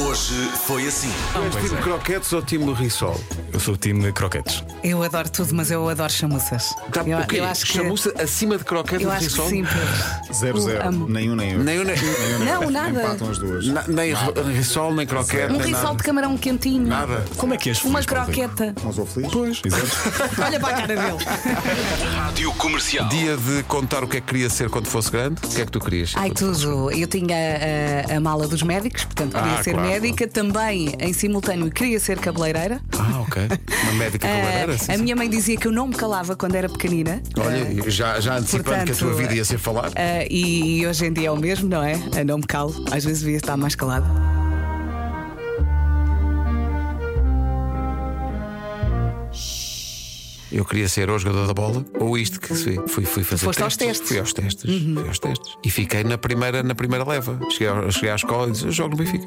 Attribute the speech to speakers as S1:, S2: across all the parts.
S1: Hoje foi assim.
S2: És time tipo croquetes ou time risol?
S3: Eu sou o time croquetes.
S4: Eu adoro tudo, mas eu adoro chamuças.
S2: Tá,
S4: eu,
S2: o quê?
S4: eu acho que.
S2: Chamuça acima de croquetes
S4: Eu
S2: ou
S4: acho
S2: risol?
S4: que sim, Pedro.
S5: Zero,
S4: Eu
S5: zero.
S4: amo.
S5: Nenhum, nenhum.
S2: Nem, nem,
S4: Não, nada.
S5: Empatam as duas.
S2: na- nem ri- risol, nem croquete,
S4: Um
S2: nem
S4: risol
S2: nada.
S4: de camarão quentinho.
S2: Nada.
S3: Como é que és?
S4: Uma
S3: feliz, Paulo Rico?
S4: croqueta.
S5: Mas ou feliz? Pois. Exato.
S4: Olha para a cara dele.
S1: Rádio Comercial.
S2: Dia de contar o que é que queria ser quando fosse grande. O que é que tu querias?
S4: Ai, tudo. Eu tinha eh, a- a, a mala dos médicos, portanto queria
S2: Ah,
S4: ser
S2: claro.
S4: médica. Também, em simultâneo, queria ser cabeleireira.
S2: Ah, ok. Uma médica
S4: Ah,
S2: cabeleireira, sim,
S4: a
S2: sim.
S4: minha mãe dizia que eu não me calava quando era pequenina.
S2: Olha, já, já antecipando que a tua
S4: portanto,
S2: vida ia ser falar.
S4: Ah, e hoje em dia é o mesmo, não é? Eu não me calo. Às vezes devia estar mais calado.
S2: Eu queria ser ou jogador da bola ou isto que se- fui, fui fazer.
S4: Foste aos testes. Uhum.
S2: Fui aos testes. Fui aos testes. E fiquei na primeira, na primeira leva. Cheguei, ao- cheguei à escola e disse: "Eu jogo no Benfica.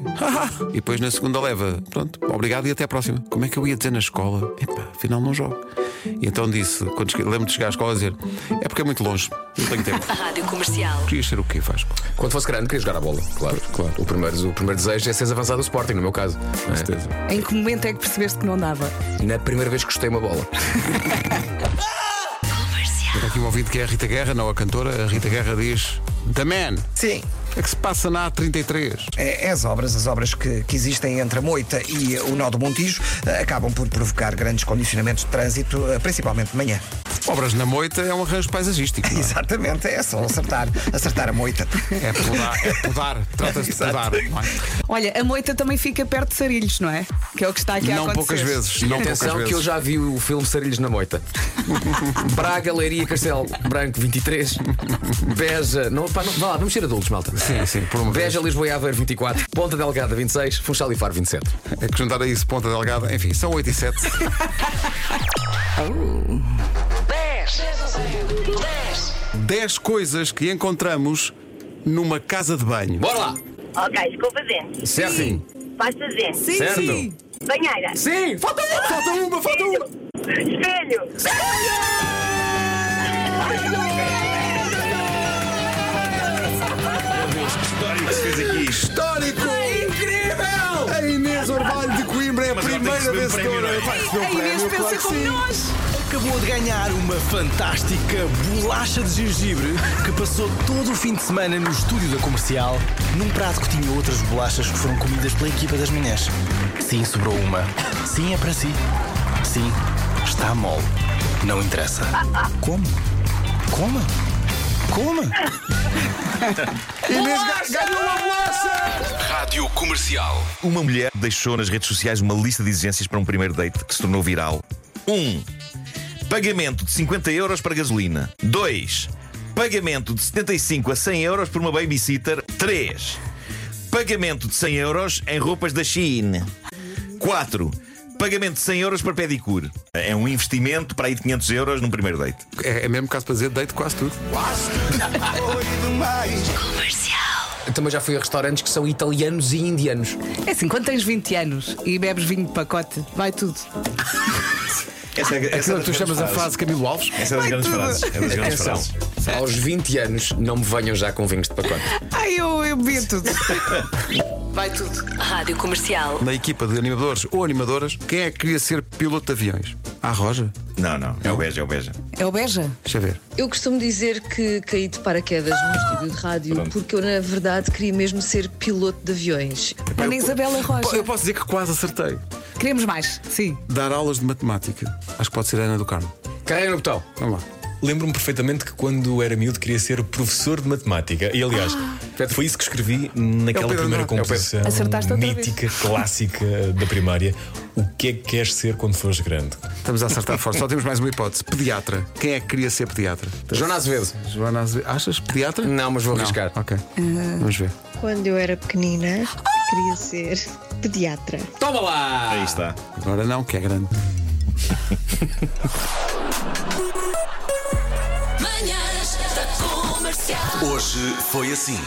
S2: e depois na segunda leva, pronto, obrigado e até à próxima. Como é que eu ia dizer na escola? Epá, afinal não jogo. E então disse, quando cheguei- lembro de chegar à escola e dizer, é porque é muito longe, não tenho tempo.
S6: Rádio Comercial.
S2: Querias ser o quê, Vasco?
S7: Quando fosse grande, queria jogar a bola, claro. claro. O, primeiro, o primeiro desejo é seres avançado do Sporting, no meu caso. não é?
S4: Em que momento é que percebeste que não dava?
S7: Na primeira vez que gostei uma bola.
S2: Está aqui um ouvido que é a Rita Guerra, não a cantora. A Rita Guerra diz: The Man,
S8: Sim.
S2: o que é que se passa na A33?
S8: É, é as obras, as obras que, que existem entre a Moita e eh, o nó do Montijo, eh, acabam por provocar grandes condicionamentos de trânsito, eh, principalmente de manhã.
S2: Obras na moita é um arranjo paisagístico. não é?
S8: Exatamente, é só acertar, acertar a Moita.
S2: É podar, é podar, trata-se de
S8: Exato.
S2: podar. Não, é?
S4: Olha, a moita também fica perto de Sarilhos, não é? Que é o que está aqui a
S2: não
S4: acontecer.
S2: poucas vezes.
S7: E
S2: Não poucas
S7: atenção que eu
S2: vezes.
S7: já vi o filme Sarilhos na Moita. Braga, Leiria, Castelo Branco 23. Beja. Não, pá, não, vá lá, vamos ser adultos, malta.
S2: Sim, sim, por uma vez.
S7: Beja, Lisboa e Aveiro 24. Ponta Delgada 26. Funchal e Faro 27.
S2: É que juntar a isso ponta delgada, enfim, são 8 e 7. Oh.
S6: Dez.
S2: 10 coisas que encontramos numa casa de banho.
S7: Bora lá! É assim.
S9: Ok, escova de dente,
S7: Certo? Sim!
S9: pasta de dente,
S4: Sim,
S7: Certo.
S4: sim.
S9: banheira,
S7: Sim! Falta uma! Falta uma! Falta uma!
S9: espelho.
S2: Histórico!
S4: É Incrível!
S2: A Inês Orvalho de Coimbra é a primeira vencedora. Vai receber um
S4: A Inês
S2: prémio,
S4: É pensa
S2: claro que
S4: como
S2: sim.
S4: nós.
S10: Acabou de ganhar uma fantástica bolacha de gengibre que passou todo o fim de semana no estúdio da comercial, num prato que tinha outras bolachas que foram comidas pela equipa das manhãs. Sim, sobrou uma. Sim, é para si. Sim, está mole. Não interessa. Como? Coma? Coma?
S2: Inês ga- ganhou uma bolacha!
S1: Rádio Comercial.
S11: Uma mulher deixou nas redes sociais uma lista de exigências para um primeiro date que se tornou viral. 1. Um, pagamento de 50 euros para gasolina. 2. Pagamento de 75 a 100 euros por uma babysitter. 3. Pagamento de 100 euros em roupas da Shein. 4. Pagamento de 100 euros para pedicure. É um investimento para aí de 500 euros num primeiro date.
S2: É, é mesmo caso para dizer, deito quase tudo.
S7: Eu também já fui a restaurantes que são italianos e indianos.
S4: É assim, quando tens 20 anos e bebes vinho de pacote, vai tudo.
S11: Essa, é- essa é
S2: Aquilo
S11: das
S2: que tu
S11: grandes
S2: chamas a
S11: frases.
S2: fase Camilo Alves.
S11: Essa é das grandes frases. É das grandes
S7: Atenção.
S11: frases.
S7: Aos 20 anos, não me venham já com vinhos de pacote.
S4: Ai, eu, eu bebia tudo. vai tudo.
S6: Rádio Comercial.
S2: Na equipa de animadores ou animadoras, quem é que queria ser piloto de aviões? Ah, Roja?
S11: Não, não. É o Beja, é o Beja.
S4: É o Beja?
S2: Deixa eu ver.
S12: Eu costumo dizer que caí de paraquedas no estúdio de rádio porque eu, na verdade, queria mesmo ser piloto de aviões.
S4: Ana Isabela Rocha.
S2: Eu posso dizer que quase acertei.
S4: Queremos mais, sim.
S2: Dar aulas de matemática. Acho que pode ser a Ana do Carmo.
S7: Carrega no botão.
S2: Vamos lá.
S3: Lembro-me perfeitamente que quando era miúdo queria ser professor de matemática. E aliás,
S10: Ah!
S3: foi isso que escrevi naquela
S2: Pedro
S3: primeira
S2: Andrade. É o Pedro.
S3: composição
S4: Acertaste outra vez.
S3: mítica, clássica da primária. O que é que queres ser quando fores grande?
S2: Estamos a acertar forte. Só temos mais uma hipótese. Pediatra. Quem é que queria ser pediatra?
S7: Joana Azevedo.
S2: Joana Azevedo. Achas pediatra?
S7: Não, mas vou arriscar.
S2: Ok. Vamos ver.
S12: Quando eu era pequenina, queria ser pediatra.
S7: Toma lá!
S11: Aí está.
S2: Agora não, que é grande.
S6: Manhãs da Comercial.
S1: Hoje foi assim.